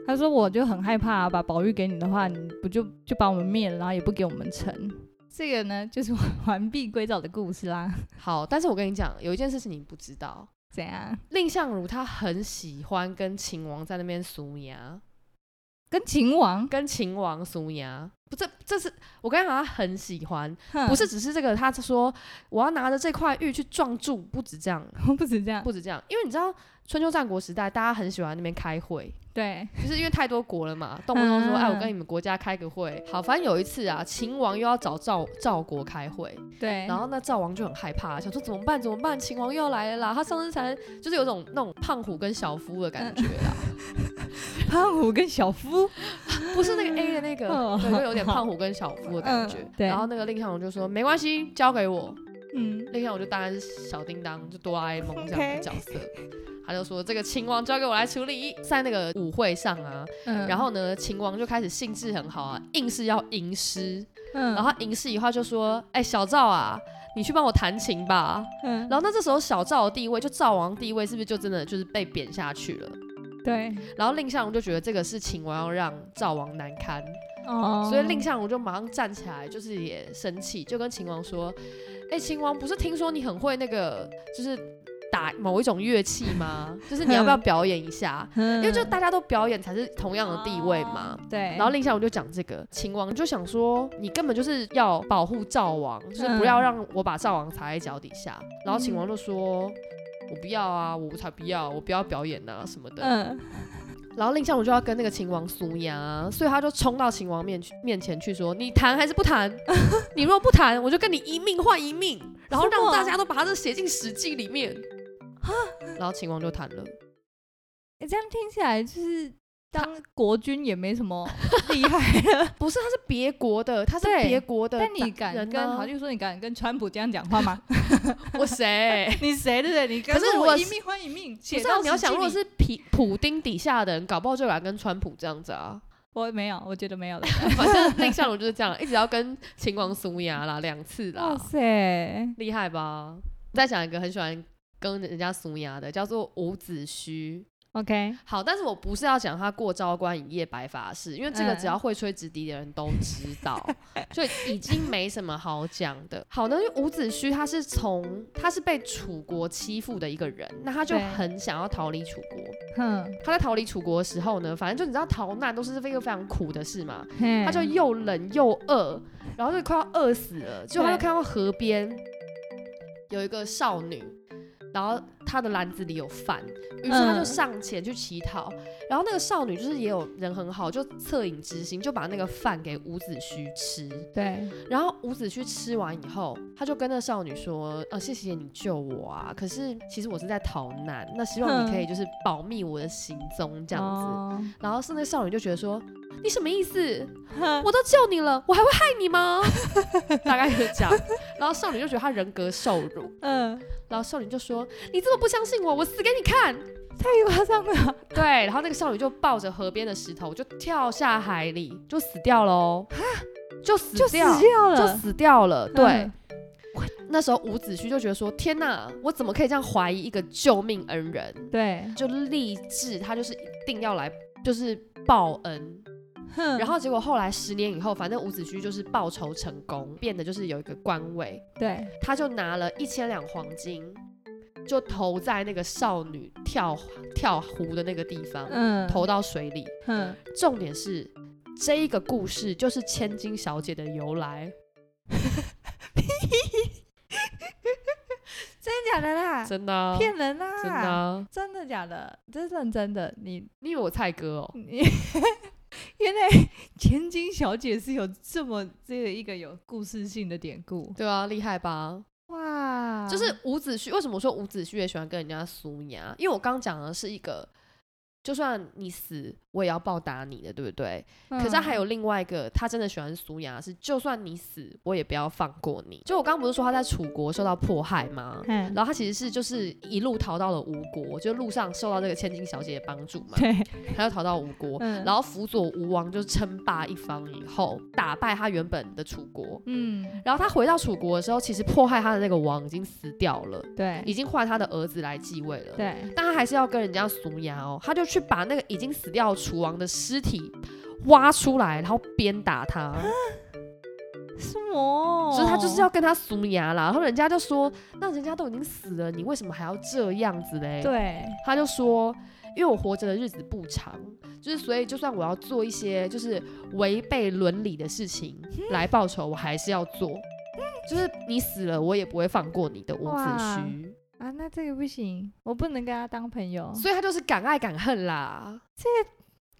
[SPEAKER 2] 他说我就很害怕、啊把宝玉给你的话，你不就就把我们灭了，然后也不给我们城。”这个呢，就是 [laughs] 完璧归赵的故事啦。
[SPEAKER 1] 好，但是我跟你讲，有一件事情你不知道，
[SPEAKER 2] 怎样？
[SPEAKER 1] 蔺相如他很喜欢跟秦王在那边俗牙，
[SPEAKER 2] 跟秦王
[SPEAKER 1] 跟秦王俗牙，不，这这是我跟你讲，他很喜欢，
[SPEAKER 2] 哼
[SPEAKER 1] 不是只是这个，他说我要拿着这块玉去撞柱，不止这样，
[SPEAKER 2] [laughs] 不止这样，
[SPEAKER 1] 不止这样，因为你知道春秋战国时代，大家很喜欢那边开会，
[SPEAKER 2] 对，
[SPEAKER 1] 就是因为太多国了嘛，动不动说
[SPEAKER 2] 嗯
[SPEAKER 1] 哎，我跟你们国家开个会。好，反正有一次啊，秦王又要找赵赵国开会，
[SPEAKER 2] 对，
[SPEAKER 1] 然后那赵王就很害怕，想说怎么办？怎么办？秦王又要来了啦！他上次才就是有种那种胖虎跟小夫的感觉啊啦，
[SPEAKER 2] 胖虎跟小夫，
[SPEAKER 1] 不是那个 A 的那个，
[SPEAKER 2] 哦
[SPEAKER 1] 对，
[SPEAKER 2] [laughs]
[SPEAKER 1] 就有点胖虎跟小夫的感觉。
[SPEAKER 2] 嗯对
[SPEAKER 1] 然后那个蔺相如就说没关系，交给我。
[SPEAKER 2] 嗯，
[SPEAKER 1] 蔺相如就当然是小叮当，就哆啦 A 梦这样
[SPEAKER 2] OK
[SPEAKER 1] 的角色。他就说这个秦王交给我来处理，在那个舞会上啊，
[SPEAKER 2] 嗯
[SPEAKER 1] 然，后呢，秦王就开始兴致很好啊，硬是要吟诗，
[SPEAKER 2] 嗯，
[SPEAKER 1] 然后吟诗以后就说：“哎、小赵啊，你去帮我弹琴吧。”
[SPEAKER 2] 嗯，
[SPEAKER 1] 然后那这时候小赵的地位，就赵王地位是不是就真的就是被贬下去了？
[SPEAKER 2] 对，
[SPEAKER 1] 然后蔺相如就觉得这个是秦王要让赵王难堪，
[SPEAKER 2] 哦，
[SPEAKER 1] 所以蔺相如就马上站起来，就是也生气，就跟秦王说：“哎、秦王不是听说你很会那个就是打某一种乐器吗？就是你要不要表演一下？”因
[SPEAKER 2] 因
[SPEAKER 1] 为就大家都表演才是同样的地位嘛，
[SPEAKER 2] 嗯对，
[SPEAKER 1] 然后蔺相如就讲这个，秦王就想说，你根本就是要保护赵王，就是不要让我把赵王踩在脚底下。然后秦王就说，我不要啊，我才不要，我不要表演啊什么的。
[SPEAKER 2] 嗯，
[SPEAKER 1] 然后蔺相如就要跟那个秦王苏牙，所以他就冲到秦王面去面前去说：“你谈还是不 [laughs] 谈？你若不谈，我就跟你一命换一命，然后
[SPEAKER 2] 什
[SPEAKER 1] 让
[SPEAKER 2] 么
[SPEAKER 1] 大家都把这写进史记里面。”然后秦王就谈了，
[SPEAKER 2] 你、这样听起来就是当国君也没
[SPEAKER 1] [laughs]
[SPEAKER 2] 什么厉害了。
[SPEAKER 1] 不是他是别国的，他是
[SPEAKER 2] 对
[SPEAKER 1] 别国的
[SPEAKER 2] 但
[SPEAKER 1] 人啊，
[SPEAKER 2] 你敢跟，好，就说你敢跟川普这样讲话
[SPEAKER 1] [laughs]
[SPEAKER 2] 吗？
[SPEAKER 1] 我谁？
[SPEAKER 2] 你谁对不对？你
[SPEAKER 1] 可是
[SPEAKER 2] 跟
[SPEAKER 1] 如
[SPEAKER 2] 我
[SPEAKER 1] 果
[SPEAKER 2] 一
[SPEAKER 1] 是
[SPEAKER 2] 命换一命，不
[SPEAKER 1] 不是、啊、你要想，如果是普普丁底下的人，搞不好就敢跟川普这样子 [laughs] 啊。
[SPEAKER 2] 我没有，我觉得没有的。
[SPEAKER 1] 反正蔺相如就是这样，一直要跟秦王苏牙啦两次啦
[SPEAKER 2] 哇，塞，
[SPEAKER 1] 厉害吧？再讲一个很喜欢跟人家苏牙的，叫做伍子胥。
[SPEAKER 2] OK，
[SPEAKER 1] 好，但是我不是要讲他过昭关一夜白发誓，因为这个
[SPEAKER 2] 嗯
[SPEAKER 1] 只要会吹直笛的人都知
[SPEAKER 2] [laughs]
[SPEAKER 1] 道，所以已经没什么好讲的。好呢，因为伍子胥他是从他是被楚国欺负的一个人，那他就
[SPEAKER 2] 对
[SPEAKER 1] 很想要逃离楚国。
[SPEAKER 2] 哼，
[SPEAKER 1] 他在逃离楚国的时候呢，反正就你知道逃难都是一个非常苦的事嘛，
[SPEAKER 2] 嘿
[SPEAKER 1] 他就又冷又饿，然后就快要饿死了，结果他就
[SPEAKER 2] 嗯对
[SPEAKER 1] 看到河边有一个少女。然后她的篮子里有饭，于是他就
[SPEAKER 2] 嗯
[SPEAKER 1] 上前去乞讨。然后那个少女就是也有人很好，就恻隐之心，就把那个饭给伍子胥吃。
[SPEAKER 2] 对，
[SPEAKER 1] 然后伍子胥吃完以后，他就跟那少女说：“呃，谢谢你救我啊，可是其实我是在逃难，那希望你可以就是保密我的行踪这样子。
[SPEAKER 2] 子。
[SPEAKER 1] 然后是那少女就觉得说：“你什么意思？我都救你了，我还会害你
[SPEAKER 2] [laughs]
[SPEAKER 1] 吗？”大概就是这样。然后少女就觉得她人格受辱，
[SPEAKER 2] 嗯，
[SPEAKER 1] 然后少女就说：“你这么不相信我，我死给你
[SPEAKER 2] [laughs]
[SPEAKER 1] 看。”
[SPEAKER 2] 太夸张了。
[SPEAKER 1] 对，然后那个少女就抱着河边的石头就跳下海里，就死掉了哦，就死
[SPEAKER 2] 就死
[SPEAKER 1] 掉，
[SPEAKER 2] 掉
[SPEAKER 1] 就
[SPEAKER 2] 了，
[SPEAKER 1] 死掉了。对，
[SPEAKER 2] 嗯
[SPEAKER 1] 那时候伍子胥就觉得说：“天哪，我怎么可以这样怀疑一个救命恩人？”
[SPEAKER 2] 对，
[SPEAKER 1] 就立志，他就是一定要来，就是报恩。
[SPEAKER 2] 哼
[SPEAKER 1] 然后结果后来十年以后，反正伍子胥就是报仇成功，变得就是有一个官位，
[SPEAKER 2] 对，
[SPEAKER 1] 他就拿了一千两黄金，就投在那个少女跳跳湖的那个地方，
[SPEAKER 2] 嗯，
[SPEAKER 1] 投到水里。
[SPEAKER 2] 哼，
[SPEAKER 1] 重点是这一个故事就是千金小姐的由来，
[SPEAKER 2] 真的假的啦？
[SPEAKER 1] 真的啊、
[SPEAKER 2] 骗人啦！
[SPEAKER 1] 真的啊、
[SPEAKER 2] 真的假的？这是认真的，你
[SPEAKER 1] 你以为我蔡哥哦？
[SPEAKER 2] 你 [laughs] 原来千金小姐是有这么这个一个有故事性的典故
[SPEAKER 1] 对啊，厉害吧？
[SPEAKER 2] 哇！
[SPEAKER 1] 就是伍子胥，为什么我说伍子胥也喜欢跟人家苏牙？因为我刚讲的是一个，就算你死，我也要报答你的，对不对？
[SPEAKER 2] 嗯
[SPEAKER 1] 可是他还有另外一个，他真的喜欢苏牙，是就算你死，我也不要放过你。就我刚刚不是说他在楚国受到迫害吗？
[SPEAKER 2] 嗯，
[SPEAKER 1] 然后他其实是就是一路逃到了吴国，就路上受到这个千金小姐的帮助
[SPEAKER 2] [laughs]
[SPEAKER 1] 嘛，
[SPEAKER 2] 对，
[SPEAKER 1] 他就逃到吴国，
[SPEAKER 2] 嗯
[SPEAKER 1] 然后辅佐吴王就称霸一方以后，打败他原本的楚国。
[SPEAKER 2] 嗯，
[SPEAKER 1] 然后他回到楚国的时候，其实迫害他的那个王已经死掉了，已
[SPEAKER 2] 对
[SPEAKER 1] 经换他的儿子来继位了。，
[SPEAKER 2] 对，
[SPEAKER 1] 但他还是要跟人家俗牙哦，他就去把那个已经死掉的楚王的尸体挖出来，然后鞭打
[SPEAKER 2] 哦
[SPEAKER 1] 他，
[SPEAKER 2] 什么？
[SPEAKER 1] 所以他就是要跟他俗牙啦。然后人家就说，那人家都已经死了，你为什么还要这样子嘞？
[SPEAKER 2] 对，
[SPEAKER 1] 他就说，因为我活着的日子不长，就是所以就算我要做一些就是违背伦理的事情来报仇，我还是要做。就是你死了，我也不会放过你的伍子
[SPEAKER 2] 哇
[SPEAKER 1] 胥，
[SPEAKER 2] 啊，那这个不行，我不能跟他当朋友，
[SPEAKER 1] 所以他就是敢爱敢恨啦。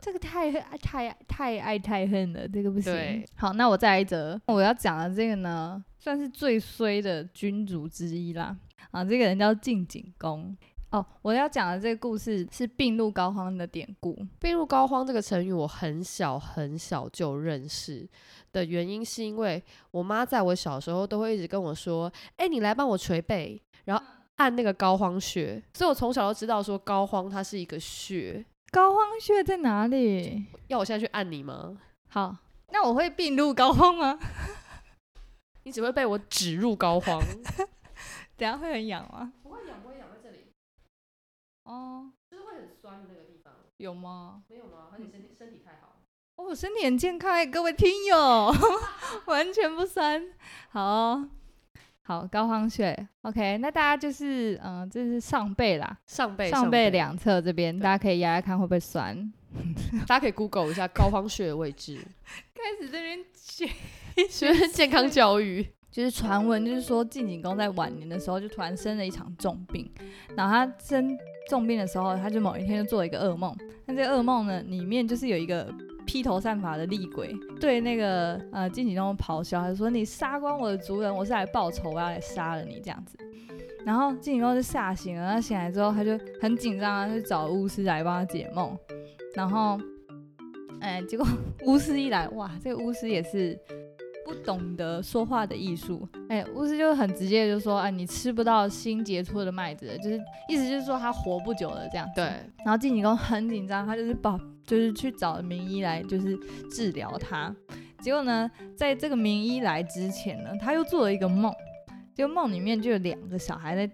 [SPEAKER 2] 这个太太太爱太恨了，这个不行
[SPEAKER 1] 对。
[SPEAKER 2] 好，那我再来一则，我要讲的这个呢，算是最衰的君主之一啦。啊，这个人叫晋景公。哦，我要讲的这个故事是病入膏肓的典故。
[SPEAKER 1] 病入膏肓这个成语，我很小很小就认识的原因，是因为我妈在我小时候都会一直跟我说：“哎、你来帮我捶背，然后按那个膏肓穴。”所以我从小都知道说膏肓它是一个穴。
[SPEAKER 2] 膏肓穴在哪里？
[SPEAKER 1] 要我现在去按你吗？
[SPEAKER 2] 好，那我会病入膏肓吗？
[SPEAKER 1] 你只会被我指入膏肓。
[SPEAKER 2] 等下会很痒吗？
[SPEAKER 1] 不会痒，不会痒，在这里
[SPEAKER 2] 哦，
[SPEAKER 1] 就是会很酸的那个地方，
[SPEAKER 2] 有吗？嗯
[SPEAKER 1] 没有吗？还是你身体身体太好？
[SPEAKER 2] 哦，我身体很健康欸，各位听
[SPEAKER 1] [laughs]
[SPEAKER 2] 友，完全不酸。好哦、好，膏肓穴，OK，那大家就是，嗯、这是上背啦，
[SPEAKER 1] 上背
[SPEAKER 2] 上背，两侧这边，
[SPEAKER 1] 对
[SPEAKER 2] 大家可以压压看会不会酸。
[SPEAKER 1] 大家可以 Google 一下膏肓穴的位 [laughs] 置，
[SPEAKER 2] 开始这边学，
[SPEAKER 1] 学健康教育。
[SPEAKER 2] 就是传闻，就是说晋景公在晚年的时候就突然生了一场重病，然后他生重病的时候，他就某一天就做了一个噩梦。那这个噩梦呢，里面就是有一个披头散发的厉鬼对那个呃金井东咆哮，他说：“你杀光我的族人，我是来报仇，我要来杀了你。”这样子。然后金井东就吓醒了，他醒来之后他就很紧张啊，去找巫师来帮他解梦。然后，哎、结果 [laughs] 巫师一来，哇，这个巫师也是不懂得说话的艺术。哎、巫师就很直接就说：“哎，你吃不到新结出的麦子了，就是意思就是说他活不久了这样。”
[SPEAKER 1] 对，
[SPEAKER 2] 然后晋景公很紧张，他就是把就是去找名医来就是治疗他。结果呢，在这个名医来之前呢，他又做了一个梦，结果梦里面就有两个小孩在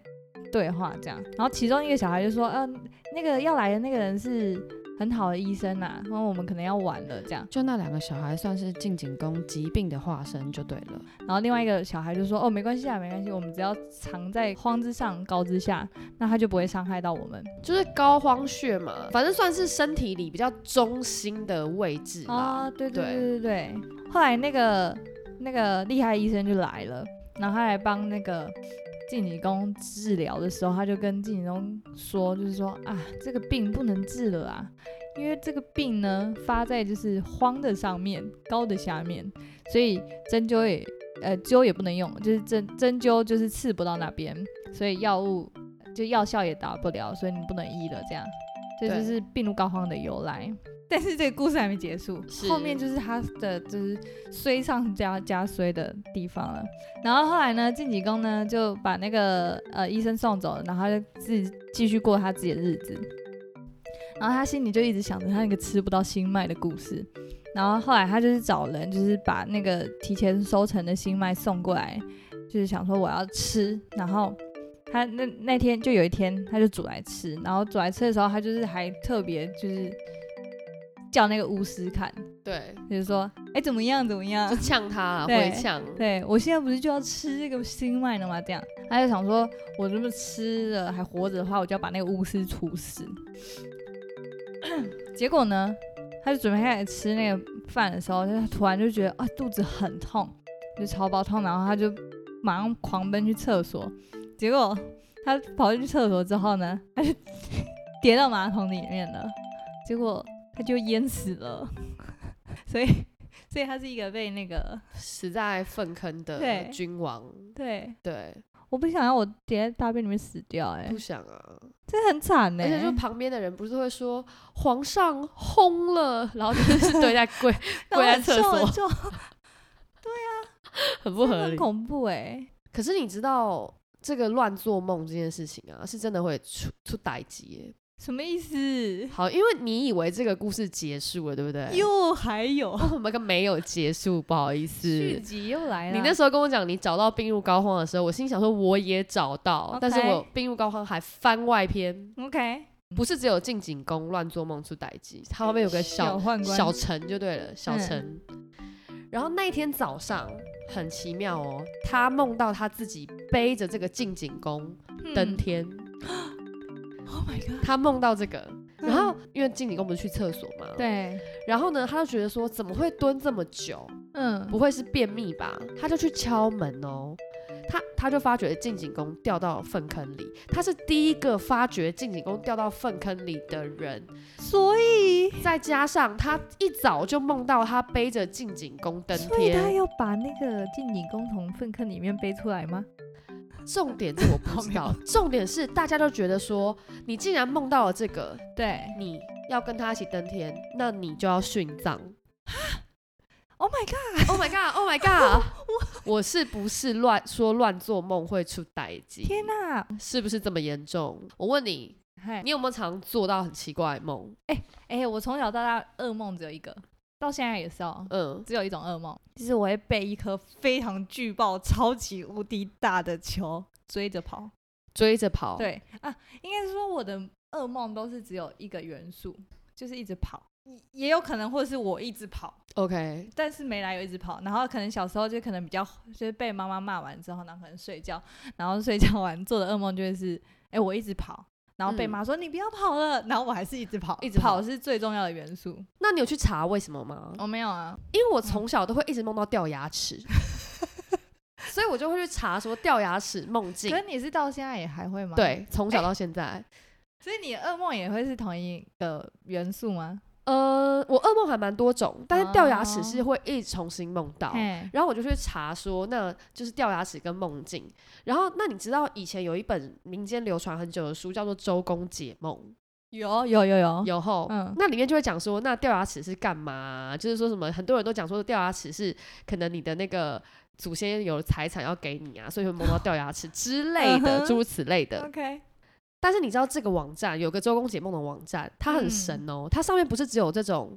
[SPEAKER 2] 对话这样，然后其中一个小孩就说：“嗯、那个要来的那个人是很好的医生呐、然后我们可能要完了这样。”
[SPEAKER 1] 就那两个小孩算是近景宫疾病的化身 [laughs] 就对了。
[SPEAKER 2] 然后另外一个小孩就说：“哦，没关系啊，没关系，我们只要藏在荒之上、高之下，那他就不会伤害到我们。
[SPEAKER 1] 就是膏肓穴嘛，反正算是身体里比较中心的位置”啦。
[SPEAKER 2] 啊，对
[SPEAKER 1] 对
[SPEAKER 2] 对对对对。后来那个那个厉害医生就来了，然后他来帮那个晋景公治疗的时候，他就跟晋景公说，就是说啊，这个病不能治了啊，因为这个病呢发在就是荒的上面，高的下面，所以针灸也呃灸也不能用，就是针针灸就是刺不到那边，所以药物就药效也达不了，所以你不能医了这样。这
[SPEAKER 1] 对
[SPEAKER 2] 就是病入膏肓的由来。但是这个故事还没结束
[SPEAKER 1] 是，
[SPEAKER 2] 后面就是他的就是衰上加加衰的地方了。然后后来呢，晋景公呢就把那个呃医生送走了，然后他就自己继续过他自己的日子。然后他心里就一直想着他那个吃不到新麦的故事。然后后来他就是找人，就是把那个提前收成的新麦送过来，就是想说我要吃。然后他那那天就有一天，他就煮来吃。然后煮来吃的时候，他就是还特别就是叫那个巫师看，
[SPEAKER 1] 对，
[SPEAKER 2] 就是说，哎，怎么样怎么样
[SPEAKER 1] [laughs] 就？呛他
[SPEAKER 2] 对
[SPEAKER 1] 回呛。
[SPEAKER 2] 对我现在不是就要吃这个新麦了吗？这样，他就想说，我这么吃了还活着的话，我就要把那个巫师处死。 [coughs] 结果呢，他就准备开始吃那个饭的时候，他突然就觉得啊肚子很痛，就超爆痛，然后他就马上狂奔去厕所。结果他跑进去厕所之后呢，他就 [laughs] 跌到马桶里面了，结果他就淹死了。 [laughs] 所以，所以他是一个被那个
[SPEAKER 1] 死在粪坑的
[SPEAKER 2] 对
[SPEAKER 1] 君王，
[SPEAKER 2] 对，
[SPEAKER 1] 对，
[SPEAKER 2] 我不想要我跌在大便里面死掉、欸，哎
[SPEAKER 1] 不，想啊，
[SPEAKER 2] 这很惨欸呢、
[SPEAKER 1] 而且就旁边的人不是会说皇上轰了，然后就是对在
[SPEAKER 2] [laughs]
[SPEAKER 1] 跪，
[SPEAKER 2] 然后
[SPEAKER 1] 跪在
[SPEAKER 2] 很
[SPEAKER 1] 厕
[SPEAKER 2] 臭很
[SPEAKER 1] 所
[SPEAKER 2] 臭
[SPEAKER 1] 很不合
[SPEAKER 2] 很
[SPEAKER 1] 理。
[SPEAKER 2] 恐怖哎、
[SPEAKER 1] 可是你知道这个乱做梦这件事情啊，是真的会出出歹疾耶。
[SPEAKER 2] 什么意思？
[SPEAKER 1] 好，因为你以为这个故事结束了，对不
[SPEAKER 2] [laughs]
[SPEAKER 1] 对？
[SPEAKER 2] 又还有
[SPEAKER 1] 哦我们个没有结束，不好意思。
[SPEAKER 2] 续集又来了，
[SPEAKER 1] 你那时候跟我讲你找到病入膏肓的时候，我心想说我也找到
[SPEAKER 2] OK
[SPEAKER 1] 但是我病入膏肓还番外篇，
[SPEAKER 2] OK
[SPEAKER 1] 不是只有进景宫乱做梦出歹疾，它后面嗯有个嗯小
[SPEAKER 2] 宦官
[SPEAKER 1] 小城就对了，小城。然后那一天早上很奇妙哦，他梦到他自己背着这个进景宫登、天，
[SPEAKER 2] 嗯、，Oh my god！
[SPEAKER 1] 他梦到这个。然后，因为进景宫不是去厕所嘛，。
[SPEAKER 2] 对，
[SPEAKER 1] 然后呢，他就觉得说，怎么会蹲这么久？
[SPEAKER 2] 嗯，
[SPEAKER 1] 不会是便秘吧？他就去敲门哦。他他就发觉晋景公掉到粪坑里，他是第一个发觉晋景公掉到粪坑里的人。
[SPEAKER 2] 所以
[SPEAKER 1] 再加上他一早就梦到他背着晋景公登
[SPEAKER 2] 所以他
[SPEAKER 1] 天，
[SPEAKER 2] 要把那个晋景公从粪坑里面背出来吗？
[SPEAKER 1] 重点是我不知道，重点是大家都觉得说，你既然梦到了这个，
[SPEAKER 2] 对
[SPEAKER 1] 你要跟他一起登天，那你就要殉葬。
[SPEAKER 2] ，Oh my
[SPEAKER 1] [laughs]
[SPEAKER 2] god！
[SPEAKER 1] Oh my god! Oh my god! [laughs] 我是不是乱说乱做梦会出歹疾？
[SPEAKER 2] 天哪、
[SPEAKER 1] 是嗯不是这么严重？我问你，
[SPEAKER 2] 嗨，
[SPEAKER 1] 你有没有常做到很奇怪的梦？
[SPEAKER 2] 哎、我从小到大噩梦只有一个，到现在也是哦。
[SPEAKER 1] 嗯，
[SPEAKER 2] 只有一种噩梦，就是我会被一颗非常巨爆、超级无敌大的球追着跑。
[SPEAKER 1] 追着跑，，
[SPEAKER 2] 对啊，应该是说我的噩梦都是只有一个元素，就是一直跑，也也有可能或者是我一直跑，
[SPEAKER 1] ，OK，
[SPEAKER 2] 但是没来由一直跑。然后可能小时候就可能比较就是被妈妈骂完之后，然后可能睡觉，然后睡觉完做的噩梦就会是，哎、我一直跑。然后被
[SPEAKER 1] 嗯
[SPEAKER 2] 妈说、你不要跑了， [laughs] 然后我还是一直跑，
[SPEAKER 1] 一直跑
[SPEAKER 2] 跑是最重要的元素。
[SPEAKER 1] 那你有去查为什么吗？
[SPEAKER 2] 我、没有啊，
[SPEAKER 1] 因为我从小都会一直梦到掉牙
[SPEAKER 2] [laughs]
[SPEAKER 1] 齿，所以我就会去查说掉牙齿梦境
[SPEAKER 2] 可。是你是到现在也还会吗？
[SPEAKER 1] 对，从小到现在，
[SPEAKER 2] 所以你的噩梦也会是同一个元素吗？
[SPEAKER 1] 呃，我噩梦还蛮多种，但是掉牙齿
[SPEAKER 2] 哦
[SPEAKER 1] 是会一直重新梦到。
[SPEAKER 2] 嘿
[SPEAKER 1] 然后我就去查说，那就是掉牙齿跟梦境。然后，那你知道以前有一本民间流传很久的书，叫做《周公解梦》，
[SPEAKER 2] 有有有有，
[SPEAKER 1] 有后，
[SPEAKER 2] 嗯
[SPEAKER 1] 那里面就会讲说，那掉牙齿是干嘛啊、就是说什么，很多人都讲说掉牙齿是可能你的那个祖先有财产要给你啊，所以会梦到掉牙
[SPEAKER 2] [laughs]
[SPEAKER 1] 齿之类
[SPEAKER 2] 嗯
[SPEAKER 1] 的，
[SPEAKER 2] 哼嗯
[SPEAKER 1] 诸如此类的。
[SPEAKER 2] OK，
[SPEAKER 1] 但是你知道这个网站有个周公解梦的网站，它
[SPEAKER 2] 嗯
[SPEAKER 1] 很神哦，它上面不是只有这种。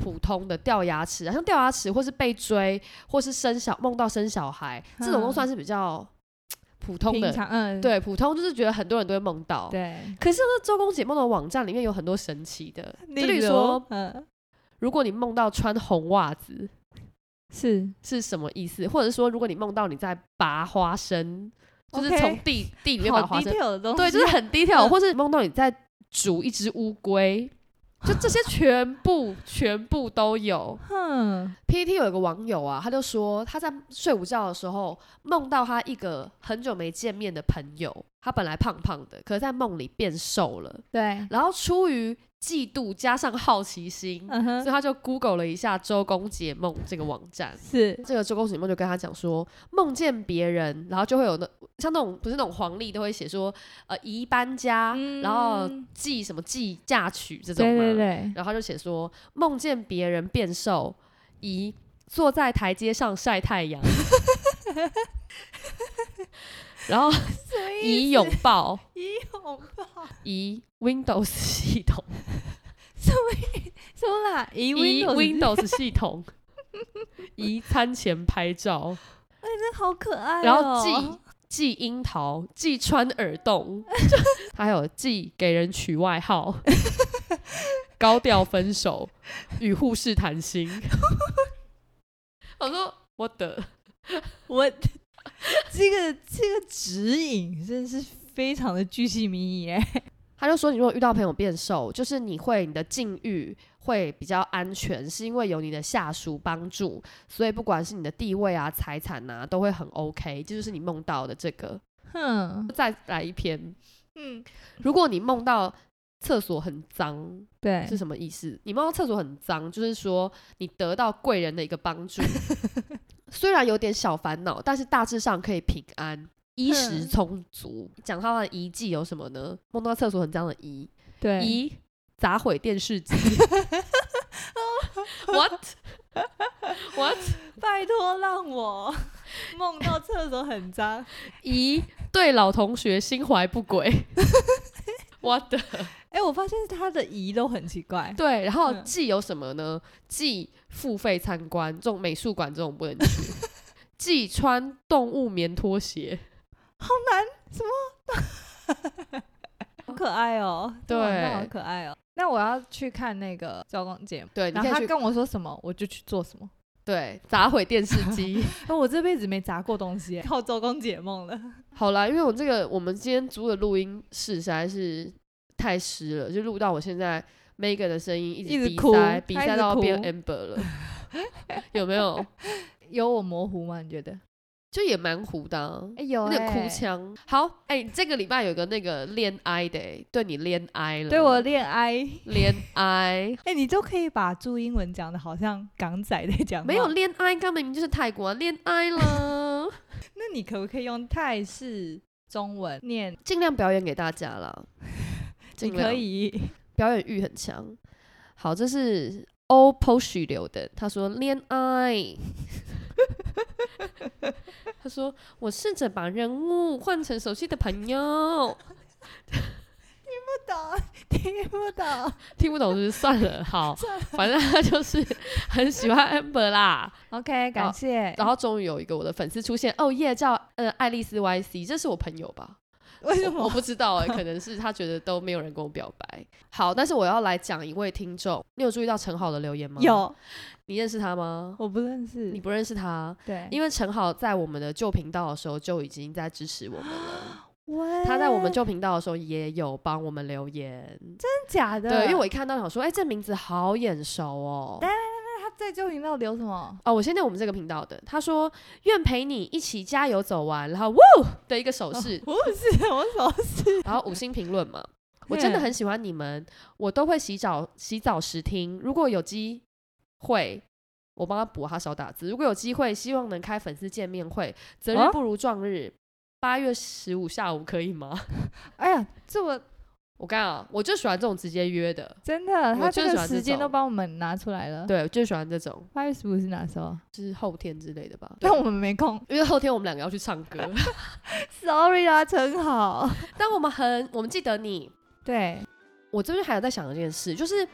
[SPEAKER 1] 普通的掉牙齿啊，像掉牙齿，或是被追，或是生小梦到生小孩，这种都
[SPEAKER 2] 嗯
[SPEAKER 1] 算是比较普通
[SPEAKER 2] 平
[SPEAKER 1] 的。
[SPEAKER 2] 常嗯
[SPEAKER 1] 对，普通就是觉得很多人都会梦到。
[SPEAKER 2] 对，
[SPEAKER 1] 可是这周公解梦的网站里面有很多神奇的，就
[SPEAKER 2] 例
[SPEAKER 1] 例如说，
[SPEAKER 2] 嗯
[SPEAKER 1] 如果你梦到穿红袜子
[SPEAKER 2] 是
[SPEAKER 1] 是什么意思，或者说如果你梦到你在拔花生，就是从
[SPEAKER 2] OK
[SPEAKER 1] 地地里面
[SPEAKER 2] 好
[SPEAKER 1] 拔花生
[SPEAKER 2] detail 的东西，
[SPEAKER 1] 对，就是很低调，
[SPEAKER 2] 嗯
[SPEAKER 1] 或是梦到你在煮一只乌龟，就这些全部全部都 [laughs] 有。
[SPEAKER 2] 哼
[SPEAKER 1] PPT 有一个网友啊，他就说他在睡午觉的时候梦到他一个很久没见面的朋友，他本来胖胖的，可是在梦里变瘦了，
[SPEAKER 2] 对，
[SPEAKER 1] 然后出于嫉妒加上好奇心，
[SPEAKER 2] 嗯
[SPEAKER 1] 所
[SPEAKER 2] 哼
[SPEAKER 1] 以他就 Google 了一下周公解梦这个网站。
[SPEAKER 2] 是
[SPEAKER 1] 这个周公解梦就跟他讲说，梦见别人，然后就会有那像那种不是那种黄历都会写说，呃，宜搬家，
[SPEAKER 2] 嗯
[SPEAKER 1] 然后记什么记嫁娶这种
[SPEAKER 2] 对
[SPEAKER 1] 嘛。
[SPEAKER 2] 对对，
[SPEAKER 1] 然后他就写说，梦见别人变瘦，宜坐在台阶上晒太
[SPEAKER 2] [laughs]
[SPEAKER 1] 阳，然后宜拥抱，
[SPEAKER 2] 以拥抱
[SPEAKER 1] 宜 Windows 系统，
[SPEAKER 2] 什么啦？以
[SPEAKER 1] 宜
[SPEAKER 2] Windows，
[SPEAKER 1] Windows 系统，宜餐前拍照。
[SPEAKER 2] 哎，这好可爱哦，
[SPEAKER 1] 然后寄寄樱桃，寄穿耳洞， [laughs] 还有寄给人取外号，高调分手，与护士谈心。 [laughs] 我说我的，
[SPEAKER 2] 我 [laughs] 这个这个指引真的是非常的巨细靡遗哎，
[SPEAKER 1] 他就说你如果遇到朋友变瘦，就是你会你的境遇会比较安全，是因为有你的下属帮助，所以不管是你的地位啊、财产啊，都会很 OK。这就是你梦到的这个。
[SPEAKER 2] 哼，
[SPEAKER 1] 再来一篇，
[SPEAKER 2] 嗯，
[SPEAKER 1] 如果你梦到厕所很脏，
[SPEAKER 2] 对，
[SPEAKER 1] 是什么意思？你梦到厕所很脏，就是说你得到贵人的一个帮
[SPEAKER 2] [laughs]
[SPEAKER 1] 助，虽然有点小烦恼，但是大致上可以平安，衣食
[SPEAKER 2] 嗯
[SPEAKER 1] 充足。讲到他的遗迹有什么呢？梦到厕所很脏的遗
[SPEAKER 2] 对，
[SPEAKER 1] 遗砸毁电视机。What What
[SPEAKER 2] 拜托让我 [laughs] 梦到厕所很脏，
[SPEAKER 1] 遗对老同学心怀不轨。What the
[SPEAKER 2] 哎、我发现他的姨都很奇 [laughs] 怪，
[SPEAKER 1] 对，然后
[SPEAKER 2] 嗯
[SPEAKER 1] 既有什么呢？既付费参观这种美术馆这种不能
[SPEAKER 2] [laughs]
[SPEAKER 1] 去，既穿动物棉拖鞋，
[SPEAKER 2] 好难，什么？好可爱哦、这
[SPEAKER 1] 对
[SPEAKER 2] 网站好可爱哦、那我要去看那个招工节目，
[SPEAKER 1] 对，你
[SPEAKER 2] 然后
[SPEAKER 1] 可
[SPEAKER 2] 他
[SPEAKER 1] 以去
[SPEAKER 2] 跟我说什么，我就去做什么。
[SPEAKER 1] 对砸毁电视
[SPEAKER 2] [laughs]
[SPEAKER 1] 机。
[SPEAKER 2] 哎、我这辈子没砸过东 [laughs] 西、靠周公解梦了。
[SPEAKER 1] 好啦，因为我这个我们今天租的录音室实在是太湿了，就录到我现在 Megan 的声音一
[SPEAKER 2] 一
[SPEAKER 1] 直
[SPEAKER 2] 直
[SPEAKER 1] 鼻
[SPEAKER 2] 哭
[SPEAKER 1] 塞，鼻
[SPEAKER 2] 她一
[SPEAKER 1] 塞
[SPEAKER 2] 直
[SPEAKER 1] 到变
[SPEAKER 2] 哭
[SPEAKER 1] amber
[SPEAKER 2] [laughs]
[SPEAKER 1] 了，有没有？
[SPEAKER 2] 有我模糊吗？你觉得？
[SPEAKER 1] 就也蛮糊的啊、
[SPEAKER 2] 哎、有、
[SPEAKER 1] 有点哭。腔。好，哎、你这个礼拜有个那个恋爱的、欸，对你恋爱了，
[SPEAKER 2] 对我恋爱，
[SPEAKER 1] 恋爱，
[SPEAKER 2] 哎、你都可以把注英文讲的好像港仔在讲话，
[SPEAKER 1] 没有恋爱，刚明明就是泰国啊恋、爱了，
[SPEAKER 2] 那你可不可以用泰式中文念？
[SPEAKER 1] [laughs] 尽量表演给大家 [laughs] 啦，
[SPEAKER 2] 你
[SPEAKER 1] 尽量
[SPEAKER 2] 可以。 [laughs]
[SPEAKER 1] 表演欲很强。好，这是 O Posh 留的，他说恋 [laughs] 爱，他说我试着把人物换成熟悉的朋友，
[SPEAKER 2] 懂，听不懂。
[SPEAKER 1] 听不懂就是算 [laughs] 了，好，反正他就是很喜欢 Amber 啦。
[SPEAKER 2] OK，感谢。
[SPEAKER 1] 然后终于有一个我的粉丝出现，哦耶，叫呃爱丽丝 YC，这是我朋友吧？
[SPEAKER 2] 为什
[SPEAKER 1] 我我
[SPEAKER 2] 么？
[SPEAKER 1] 不知道哎、可能是他觉得都没有人跟我表白。好，但是我要来讲一位听众，你有注意到陈好的留言吗？，
[SPEAKER 2] 有，
[SPEAKER 1] 你认识他吗？
[SPEAKER 2] 我不认
[SPEAKER 1] 你
[SPEAKER 2] 识。
[SPEAKER 1] 不认识他，
[SPEAKER 2] 对，
[SPEAKER 1] 因为陈好在我们的旧频道的时候就已经在支持我们了。
[SPEAKER 2] 为
[SPEAKER 1] 他在我们旧频道的时候也有帮我们留言，
[SPEAKER 2] 真假的？
[SPEAKER 1] 对，因为我一看到想说，哎、这名字好眼熟哦。
[SPEAKER 2] 他在旧频道留
[SPEAKER 1] [laughs]
[SPEAKER 2] 什么？
[SPEAKER 1] 哦，我先念我们这个频道的，他说愿陪你一起加
[SPEAKER 2] 哦
[SPEAKER 1] 油走完，然后 w 的一个手势，
[SPEAKER 2] 不是，我什么事？
[SPEAKER 1] [laughs] 然后五星评论嘛。我真的很喜欢你们，我都会洗澡洗澡时听。如果有机会，我帮他补他少打字。如果有机会，希望能开粉丝见面会，择日
[SPEAKER 2] 哦
[SPEAKER 1] 不如撞日，八、月十五下午可以吗？
[SPEAKER 2] [laughs]
[SPEAKER 1] [laughs]
[SPEAKER 2] 哎呀，这我
[SPEAKER 1] 我刚刚我就喜欢这种直接约的，
[SPEAKER 2] 真的，
[SPEAKER 1] 我
[SPEAKER 2] 他
[SPEAKER 1] 就
[SPEAKER 2] 这
[SPEAKER 1] 喜
[SPEAKER 2] 个
[SPEAKER 1] 欢这
[SPEAKER 2] 时间都
[SPEAKER 1] 种
[SPEAKER 2] 帮我们拿出来了。，
[SPEAKER 1] 对，就喜欢这种，
[SPEAKER 2] 八月十五是哪时候？
[SPEAKER 1] 就是后天之类的吧。
[SPEAKER 2] 但我们没
[SPEAKER 1] [laughs]
[SPEAKER 2] 空
[SPEAKER 1] 因为后天我们两个要去唱 [laughs] 歌，
[SPEAKER 2] ，sorry 啦，陈好。
[SPEAKER 1] 但我们很我们记得你。
[SPEAKER 2] 对，
[SPEAKER 1] 我这边还有在想一件事，就是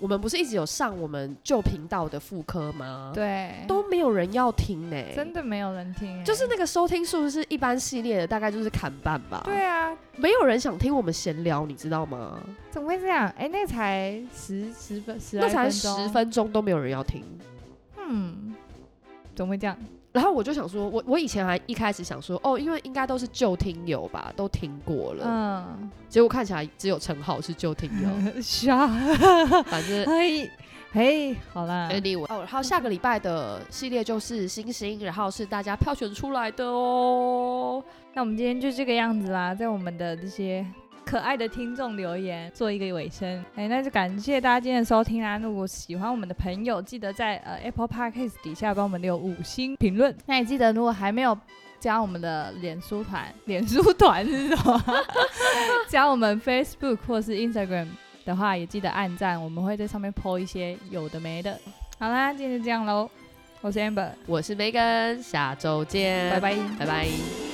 [SPEAKER 1] 我们不是一直有上我们旧频道的副科吗？，
[SPEAKER 2] 对，
[SPEAKER 1] 都没有人要听呢、
[SPEAKER 2] 真的没有人听欸，
[SPEAKER 1] 就是那个收听数是一般系列的，大概就是砍半吧。
[SPEAKER 2] 对，啊，
[SPEAKER 1] 没有人想听我们闲聊，你知道吗？
[SPEAKER 2] 怎么会这样？哎，那个才十十分十
[SPEAKER 1] 那
[SPEAKER 2] 来
[SPEAKER 1] 才
[SPEAKER 2] 分
[SPEAKER 1] 十
[SPEAKER 2] 钟，
[SPEAKER 1] 分钟都没有人要听。
[SPEAKER 2] 嗯，怎么会这样？
[SPEAKER 1] 然后我就想说，我我以前还一开始想说，哦，因为应该都是旧听友吧，都听过了。
[SPEAKER 2] 嗯，
[SPEAKER 1] 结果看起来只有陈浩是旧听 [laughs] 友，
[SPEAKER 2] 笑，
[SPEAKER 1] 反正
[SPEAKER 2] 嘿，嘿，好啦，
[SPEAKER 1] anyway。哦，然后下个礼拜的系列就是星星，然后是大家票选出来的哦。
[SPEAKER 2] 那我们今天就这个样子啦，在我们的这些可爱的听众留言做一个尾声。哎，那就感谢大家今天的收听啦！如果喜欢我们的朋友，记得在呃 Apple Podcast 底下帮我们留五星评论。那也记得，如果还没有加我们的脸书团，脸书团是什么？ [laughs] 加我们 Facebook 或是 Instagram 的话，也记得按赞，我们会在上面 po 一些有的没的。好啦，今天就这样喽，我是 Amber，
[SPEAKER 1] 我是 Megan，下周见，
[SPEAKER 2] 拜，拜。
[SPEAKER 1] 拜拜。